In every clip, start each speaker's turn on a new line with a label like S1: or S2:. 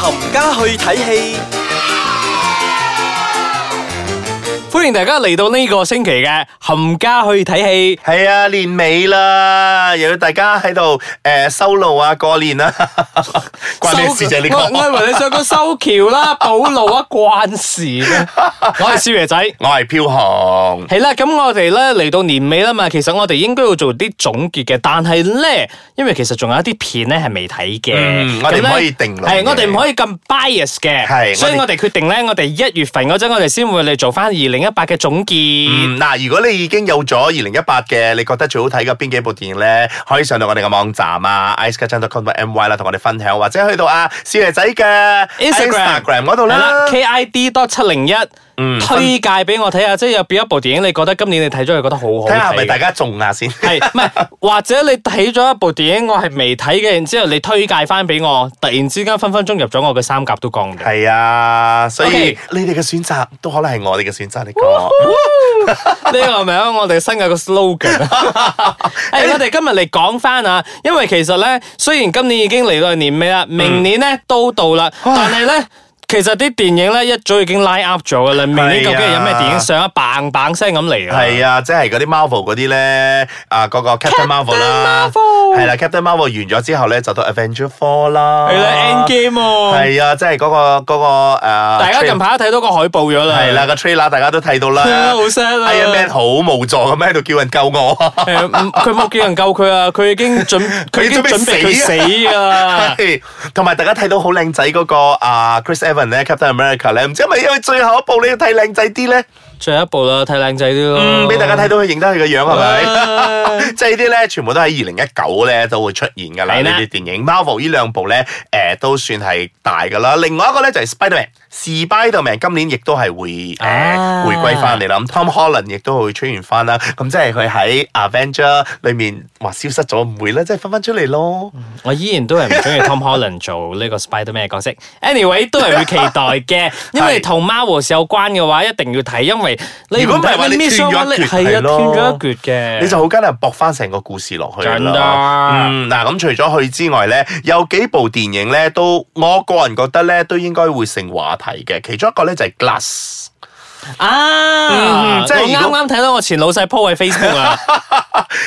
S1: 冚家去睇戲，
S2: 歡迎大家嚟到呢個星期嘅冚家去睇戲。
S3: 系啊，年尾啦，又要大家喺度诶收路啊， 過年啦，關你事啫呢
S2: 我我
S3: 個。
S2: 以為你想講修橋啦、 補路啊，關事嘅。我係少爺仔。
S3: 我係飄紅，
S2: 係啦，咁我哋咧嚟到年尾啦嘛，其實我哋應該要做啲總結嘅，但係咧，因為其實仲有一啲片咧係未睇嘅，
S3: 嗯我哋
S2: 咁
S3: 唔
S2: 呢
S3: 可以定論
S2: 係我哋唔
S3: 嘅
S2: 可以咁 bias 嘅，
S3: 係
S2: 所以
S3: 我
S2: 我
S3: 哋
S2: 哋決定咧，我哋一月份嗰陣，我哋先會嚟做翻二零一八嘅總結。
S3: 嗯嗱，如果你已經有咗二零一八嘅，你覺得最好睇嘅邊幾部電影咧，可以上到我哋嘅網站啊 i c e k a c h a n c o m m y 啦，同我哋分享，或者去到啊少爺仔嘅
S2: Instagram
S3: 嗰度
S2: 係
S3: 啦
S2: 啦。，KID 多七零一
S3: 嗯
S2: 推介俾我睇下，即係有邊一部電影你覺得今年你睇咗，你覺得好好
S3: 睇下係咪
S2: 睇
S3: 大
S2: 嘅。
S3: 家中下先。
S2: 係 唔係？或者你睇咗一部電影，我係未睇嘅，然之後你推介翻俾我，突然之間分分鐘入咗我嘅三甲都講嘅。
S3: 係啊，所以
S2: OK
S3: 你哋嘅選擇都可能係我哋嘅選擇嚟個。
S2: 呢個係咪啊我哋新嘅個 slogan？誒，我哋今日嚟講翻啊，因為其實咧，雖然今年已經嚟到年尾啦，明年咧都到啦，但係咧。其實啲電影咧一早已經 line up 咗噶啦，明年究竟有咩電影上一棒棒聲咁嚟啊？
S3: 係啊，即係嗰啲 Marvel 嗰啲咧，啊嗰個 Captain Marvel 啦，
S2: Marvel
S3: 係啦，Captain Marvel 完咗之後咧，就到 Avenger Four 啦，
S2: 係啦，Endgame 喎，
S3: 係啊，即係嗰個嗰個誒，
S2: 大家近
S3: tra-
S2: 排都睇到個海報咗啦，
S3: 係 啦個 trailer 大家都睇到啦
S2: 係啊， 好 sad 啊
S3: Iron Man 好無助咁喺度叫人救我。
S2: 誒，唔
S3: ừ,
S2: 佢冇叫人救佢啊，佢已經準， 佢已經準備佢死啊！
S3: 係 同埋大家睇到好靚仔嗰個啊 Chris Evans 咧，Captain America 咧，唔知係咪因為最後一部你要睇靚仔啲咧，
S2: 最後一部啦，睇靚仔啲咯，
S3: 嗯，俾大家睇到佢認得佢個樣係咪？
S2: 啊咪？
S3: 即係呢啲咧，全部都喺二零一九咧都會出現㗎啦。
S2: 係
S3: 呢
S2: 啦
S3: 啲電影 Marvel 呢兩部咧，誒、都算係大㗎啦。另外一個咧就係、Spiderman，是 Spiderman 今年亦都係會誒、
S2: 啊
S3: 回歸翻嚟啦。咁 Tom Holland 亦都會出現翻啦。咁即係佢喺 Avenger 裏面話消失咗，唔會啦，即係分翻出嚟咯。
S2: 我依然都係唔中意 Tom Holland 做呢個 Spiderman 嘅角色。Anyway，都係會期 待嘅，因為同 Marvel 有關嘅話，一定要睇，因為你
S3: 如果唔係話你
S2: 咩
S3: 斷咗一橛
S2: 係啊，斷
S3: 係咯
S2: 咗一橛嘅。
S3: 你就好艱難駁翻成個故事落去
S2: 真
S3: 啦。
S2: 㗎
S3: 嗯，嗱咁除咗佢之外咧，有幾部電影咧都，我個人覺得咧都應該會成話題嘅。其中一個咧就係 Glass。
S2: 啊，
S3: 嗯即係
S2: 我
S3: 如
S2: 啱
S3: 果
S2: 啱睇到我前老細 po 喺 Facebook 啊，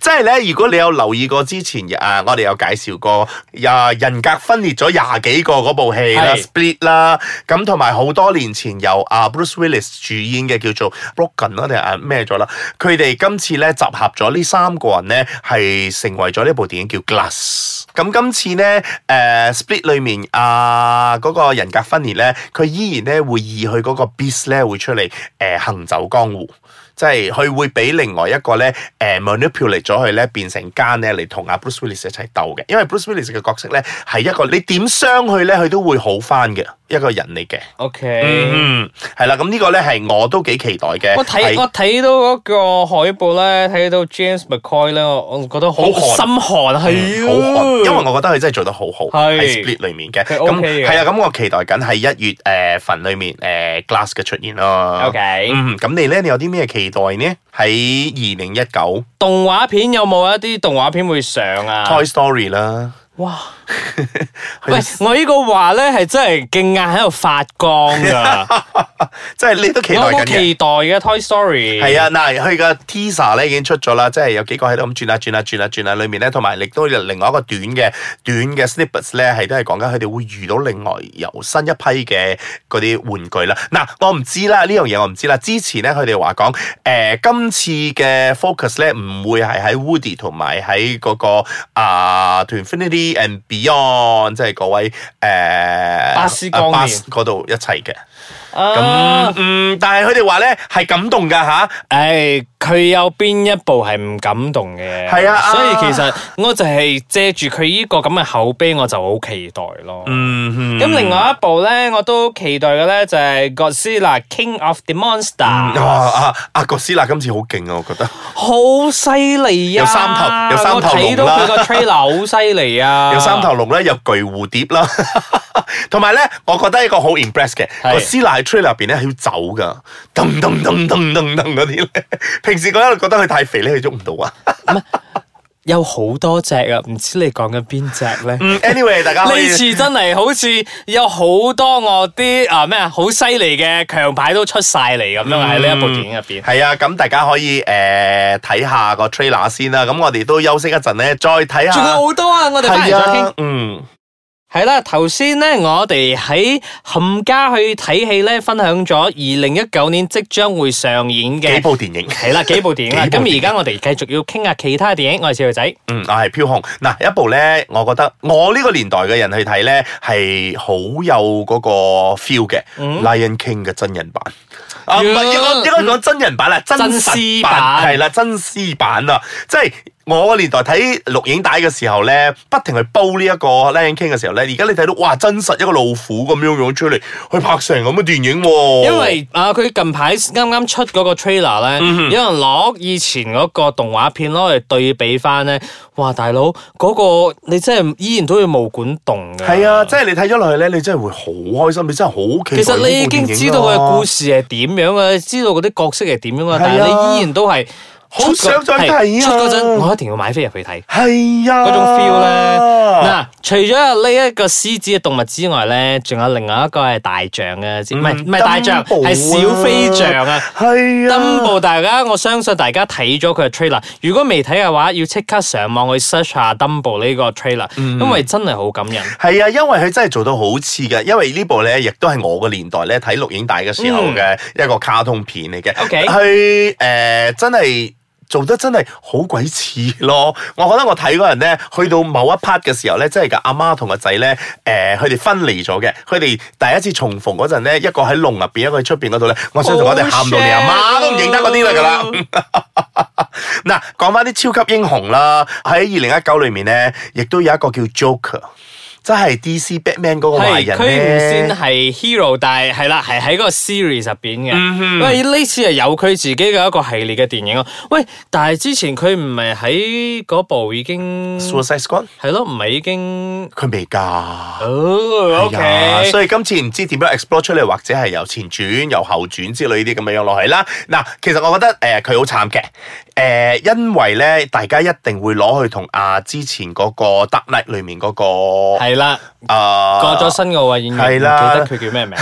S3: 即係咧，如果你有留意過之前誒、啊我哋有介紹過啊人格分裂咗廿幾個嗰部戲啦
S2: 係
S3: ，Split 啦，咁同埋好多年前由啊 Bruce Willis 主演嘅叫做 Broken 啦定係啊咩咗啦，佢哋今次咧集合咗呢三個人咧係成為咗呢部電影叫 Glass。咁今次咧誒、Split 裏面啊嗰、個人格分裂咧，佢依然咧會以佢嗰個 Beast 咧會出嚟誒、行走江湖。即係佢會俾另外一個咧，誒、manipulate 咗佢咧，變成奸咧嚟同阿 Bruce Willis 一齊鬥嘅。因為 Bruce Willis 嘅角色咧係一個你點傷佢咧，佢都會好翻嘅一個人嚟嘅。
S2: ，OK。
S3: 嗯，係啦，咁呢個咧係我都幾期待嘅。
S2: 我睇
S3: 係
S2: 我睇到嗰個海報咧，睇到 James McCoy 咧，我我覺得好
S3: 好寒
S2: 心寒，係
S3: 嗯好
S2: 啊
S3: 看，因為我覺得佢真係做得好好
S2: 係
S3: 喺 Split 裏面嘅。
S2: 佢
S3: 咁
S2: OK 嘅
S3: 係啊，咁我期待緊喺一月誒、份裏面誒、Glass 嘅出現咯。
S2: OK
S3: 嗯，咁你咧，你有啲咩期待呢？喺二零一九
S2: 動畫片有冇一啲動畫片會上啊？
S3: Toy Story 啦。
S2: 哇！喂，我呢個話咧係真係勁眼喺度發光㗎，
S3: 即係你 都期
S2: 我
S3: 待
S2: 好
S3: 緊嘅。
S2: 期待嘅 Toy Story。
S3: 係啊，嗱，佢嘅 teaser 咧已經出咗啦，即係有幾個喺度咁轉啊轉啊轉啊轉啊，裏面咧同埋亦都有另外一個短嘅短嘅 snippets 咧，係都係講緊佢哋會遇到另外由新一批嘅嗰啲玩具啦。嗱，我唔知啦，呢樣嘢我唔知啦。之前咧佢哋話講，誒、今次嘅 focus 咧唔會係喺 Woody 同埋喺嗰個啊、To Infinity and Beyond，即係嗰位誒、
S2: 巴斯光
S3: 啊
S2: 年
S3: 巴斯嗰度一齊嘅。咁
S2: 啊，
S3: 嗯，但係佢哋話咧係感動㗎吓。
S2: 誒，佢有邊一部係唔感動嘅？
S3: 係啊
S2: 所以
S3: 啊
S2: 其實我就係借住佢呢個咁嘅口碑，我就好期待咯。
S3: 嗯，
S2: 咁另外一部咧，我都期待嘅咧就係《Godzilla King of the Monster
S3: 啊》，啊啊！哥斯拉今次好勁啊，我覺得
S2: 好犀利啊！
S3: 有三頭有三頭
S2: 我睇到
S3: 龍啦
S2: 佢個 trailer 好犀利啊！
S3: 有三頭龍咧，有巨蝴蝶啦， 同埋咧，我覺得一個好 impress 嘅
S2: 係
S3: 哥斯拉喺 trailer 入邊咧，佢要走噶，噔 噔噔噔噔噔嗰啲咧，平時我一路覺得佢太肥咧，佢喐唔到啊，
S2: 有好多隻啊，唔知你講緊邊隻咧？
S3: 嗯，anyway，大家可以
S2: 呢次真係好似有好多我啲啊咩啊好犀利嘅強牌都出晒嚟咁樣喺呢一部電影入邊。
S3: 係啊，咁大家可以誒睇下個 trailer 先啦。咁我哋都休息一陣咧，再睇
S2: 仲有
S3: 下。
S2: 好多啊！我哋翻嚟
S3: 係
S2: 再傾
S3: 啊。，嗯，
S2: 系啦，頭先咧，我哋喺冚家去睇戲咧，分享咗二零一九年即將會上演
S3: 幾
S2: 嘅
S3: 部電影。
S2: 係啦幾部電影啦。
S3: 幾部電
S2: 咁
S3: 影
S2: 而家我哋繼續要傾下其他電影。我係小女仔，
S3: 嗯，我係飄紅嗱，一部咧，我覺得我呢個年代嘅人去睇咧係好有嗰個 feel 嘅，Lion
S2: 嗯
S3: King》嘅真人版啊，唔係
S2: 呀
S3: 應該應該講真人版啦，啊真實版
S2: 真屍版
S3: 係啦，真屍版啊，即係。我個年代睇錄影帶嘅時候咧，不停去煲呢一個 Lion King 嘅時候咧，而家你睇到哇真實一個老虎咁樣樣出嚟，去拍成咁嘅電影喎、
S2: 因為啊，佢近排啱啱出嗰個 trailer
S3: 嗯
S2: 咧，有人攞以前嗰個動畫片攞嚟對比翻咧，哇，大佬嗰個你真係依然都要毛管動嘅。
S3: 係啊，即係你睇咗落去咧，你真係會好開心，你真係好期待
S2: 其實你已
S3: 呢部電影
S2: 經知道佢
S3: 啊
S2: 嘅故事係點樣啊，知道嗰啲角色係點樣啊，但
S3: 係啊
S2: 係你依然都係
S3: 好想再睇啊
S2: 係出嗰陣我一定要買飛入去睇。
S3: 係啊，
S2: 嗰種 feel 咧，嗱，除咗有呢一個獅子嘅動物之外咧，仲有另外一個係大象嘅，唔係唔係大象，
S3: 登嗯步啊
S2: 係小飛象啊！
S3: 係啊，
S2: 登步大家，我相信大家睇咗佢嘅 trailer。如果未睇嘅話，要即刻上網去 search 下登步呢個 trailer，因
S3: 嗯
S2: 為真係好感人。
S3: 係啊，因為佢真係做到好似嘅，因為呢部咧亦都係我個年代咧睇錄影帶嘅時候嘅一個卡通片嚟嘅。
S2: 嗯 OK
S3: 佢誒、呃真係。做得真係好鬼似咯！我覺得我睇嗰人咧，去到某一 part 嘅時候咧，即係個阿媽同個仔咧，誒、佢哋分離咗嘅，佢哋第一次重逢嗰陣咧，一個喺籠入邊，一個喺出邊嗰度咧，我相信我哋喊到你阿媽都唔認得嗰啲啦㗎啦。嗱，講翻啲超級英雄啦，喺二零一九裏面咧，亦都有一個叫 Joker，即係 DC Batman 嗰個壞
S2: 係，
S3: 人
S2: 佢唔算
S3: 咧。
S2: 係 hero，但係係啦，係喺嗰個 series 入邊嘅。
S3: 嗯
S2: 因為呢次係有佢自己嘅一個系列嘅電影啊。喂，但係之前佢唔係喺嗰部已經
S3: Suicide Squad
S2: 係咯，唔係已經
S3: 佢未㗎。
S2: 哦
S3: 係啊
S2: ，OK。
S3: 所以今次唔知點樣 explore 出嚟，或者係由前傳、由後傳之類啲咁樣樣落去啦。嗱，其實我覺得誒佢好慘嘅，誒、因為咧大家一定會攞去同啊之前嗰個啊 Dark Knight 裡面嗰、個
S2: 係啦，
S3: 啊
S2: 過咗身嘅話，演員唔記
S3: 係啦
S2: 得佢叫咩名。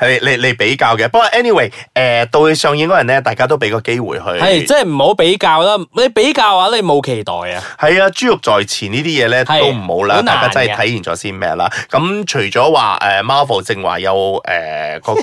S3: 你你你比較嘅，不過 anyway，誒、到佢上映嗰陣咧，大家都俾個機會去。
S2: 係，即係唔好比較啦。你比較嘅話，你冇期待啊。
S3: 係啊，豬肉在前呢啲嘢咧
S2: 係
S3: 都唔好啦，
S2: 好難
S3: 大家真係
S2: 嘅
S3: 體現咗先咩啦。咁除咗話誒 Marvel 正話有誒 嗰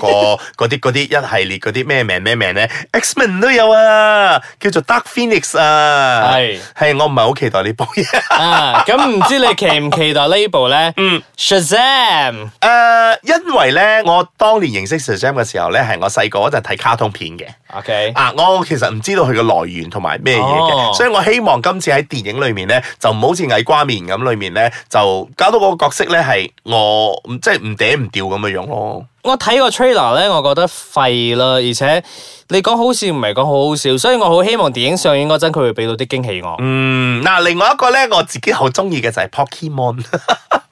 S3: 個嗰啲嗰啲一系列嗰啲咩名咩名咧，X-Men 都有啊，叫做 Dark Phoenix 啊。
S2: 係
S3: 係，我唔係好期待呢部嘢。
S2: 啊，咁唔知你期唔期待呢部咧？嗯，Shazam。
S3: 誒、因為咧我當年認識 Shazam 嘅時候咧，係我細個嗰陣睇卡通片嘅。
S2: OK。
S3: 啊！我其實唔知道佢嘅來源同埋咩嘢嘅，
S2: 哦
S3: 所以我希望今次喺電影裏面咧，就唔好似矮瓜面咁裏面咧，就搞到個角色咧係我唔即係唔嗲唔吊咁嘅樣咯。
S2: 我睇個 trailer 咧，我覺得廢啦，而且你講好笑唔係講好好笑，所以我好希望電影上映嗰陣佢會俾到啲驚喜我。
S3: 嗯，嗱，另外一個咧，我自己好中意嘅就係 Pokemon，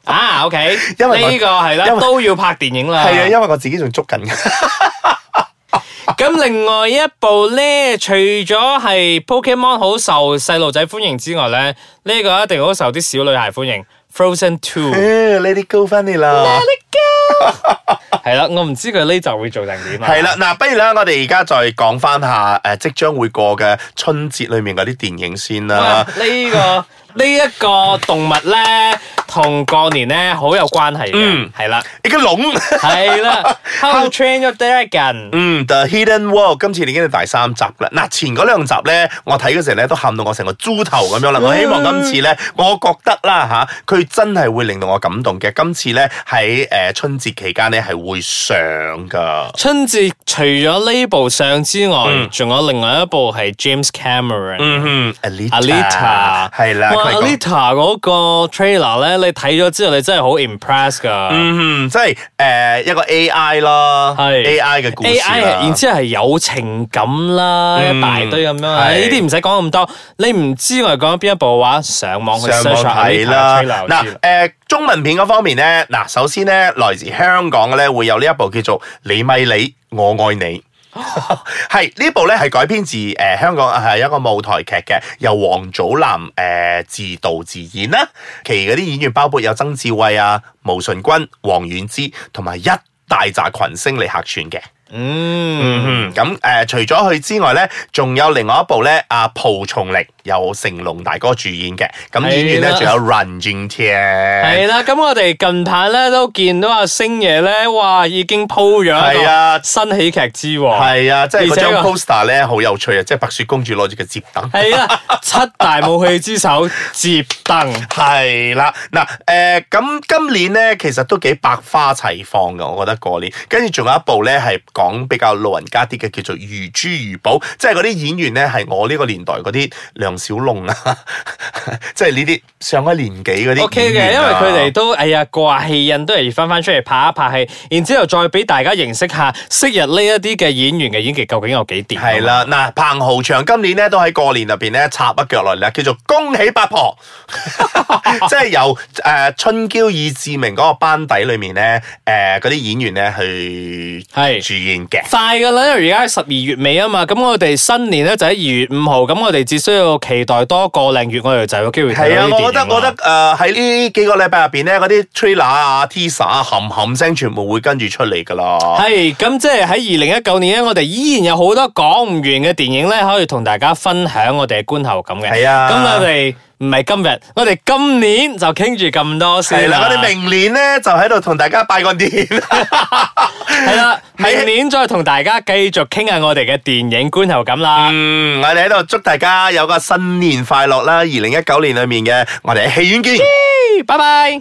S2: 啊，OK，
S3: 因為我
S2: 呢個係
S3: 因為
S2: 啦，都要拍電影啦。
S3: 係啊，因為我自己仲捉緊。
S2: 咁另外一部咧，除咗係 Pokemon 好受細路仔歡迎之外咧，呢、個一定好受啲小女孩歡迎。Frozen Two
S3: 呢啲高翻你啦，
S2: 係啦，我唔知佢呢集會做成點啊。
S3: 係啦，，嗱，不如啦，我哋而家再講翻下誒即將會過嘅春節裏面嗰啲電影先啦。
S2: 哇呢、個呢一、個動物咧，同過年咧好有關係
S3: 嗯
S2: 嘅，係啦、
S3: 你個籠。
S2: 系 啦，How to Train Your Dragon。
S3: 嗯，The Hidden World 今次已經係第三集啦。嗱，前嗰兩集咧，我睇嗰時咧都喊到我成個豬頭咁樣
S2: 嗯
S3: 啦。我希望今次咧，我覺得啦吓，佢真係會令到我感動嘅。今次咧喺誒春節期間咧係會上噶。
S2: 春節除咗呢部相之外，仲、有另外一部係 James Cameron。
S3: 嗯哼，Alita，
S2: Alita
S3: 係啦，
S2: 哇
S3: 佢係講
S2: ，Alita 嗰個 trailer 咧，你睇咗之後，你真係好 impress 噶。
S3: 嗯哼，即係誒一個 AI 啦
S2: 係
S3: ，AI 嘅故事
S2: A.I. 係
S3: 啦
S2: 然之後係有情感啦，
S3: 嗯
S2: 一大堆咁樣啊，呢
S3: 係
S2: 啲唔使講咁多。你唔知我哋講緊邊一部嘅話，上網去
S3: 上網
S2: search 下
S3: 睇
S2: Alita trailer。
S3: 啦
S2: 就知
S3: 嗱，誒中文片嗰方面咧，嗱首先咧，來自香港嘅咧會有呢一部叫做《你咪你我愛你》。
S2: 哦
S3: 係呢部咧係改編自誒、呃香港係一個舞台劇嘅，由王祖藍誒、呃自導自演啦。其餘嗰啲演員包括有曾志偉啊、毛舜筠、黃遠之同埋一大扎群星嚟客串嘅。
S2: 嗯，
S3: 嗯，咁誒、呃除咗佢之外咧，仲有另外一部咧，阿、蒲松齡由成龍大哥主演嘅，咁演員咧
S2: 係啦
S3: 仲有任俊天，
S2: 系啦，咁我哋近排咧都見到阿星爺咧，哇，已經鋪咗一
S3: 係
S2: 個
S3: 啊，
S2: 新喜劇之王，
S3: 係啊，即係嗰
S2: 而且
S3: 張
S2: 個
S3: poster 咧好有趣啊，即係白雪公主攞住個折凳。
S2: 係 啦，七大武器之首接凳，
S3: 係啦，嗱，誒，咁今年咧其實都幾百花齊放嘅，我覺得過年。跟住仲有一部咧係講比較老人家啲嘅，叫做《如珠如寶》，即係嗰啲演員咧係我呢個年代嗰啲梁小龍啊， 即係呢啲上咗年紀嗰啲
S2: O K
S3: 演
S2: 嘅，
S3: 員
S2: 因為
S3: 啊
S2: 佢哋都哎呀過下氣癮，都係翻翻出嚟拍一拍戲，然之後再俾大家認識下昔日呢一啲嘅演員嘅演技究竟有幾掂。
S3: 係，啦，嗱，彭浩翔今年咧都喺過年入邊咧插一腳落嚟啦，叫做恭喜 八婆，即係由誒、呃春嬌以志明嗰個班底裏面咧，誒嗰啲演員咧去
S2: 係
S3: 主演嘅。
S2: 快噶啦，因為而家係十二月尾啊嘛，咁我哋新年咧就喺二月五號，咁我哋只需要期待多個零月，我哋就有機會睇
S3: 係
S2: 到
S3: 啊，
S2: 呢啲
S3: 我覺
S2: 電影
S3: 得
S2: 啦
S3: 我覺得誒喺呢幾個禮拜入邊咧，嗰啲 trailer 啊、teaser 啊、冚冚聲全部會跟住出嚟㗎啦。
S2: 係啊咁，即係喺二零一九年咧，我哋依然有好多講唔完嘅電影咧，可以同大家分享我哋嘅觀後感嘅。
S3: 係啊
S2: 咁我哋唔係今日，我哋今年就傾住咁多
S3: 係
S2: 先
S3: 啦，
S2: 啦。
S3: 我哋明年咧就喺度同大家拜個年，
S2: 系啦，
S3: 係
S2: 明年再同大家繼續傾下我哋嘅電影觀後感啦。
S3: 嗯，我哋喺度祝大家有個新年快樂啦！二零一九年裏面嘅，我哋喺戲院見。
S2: 拜拜。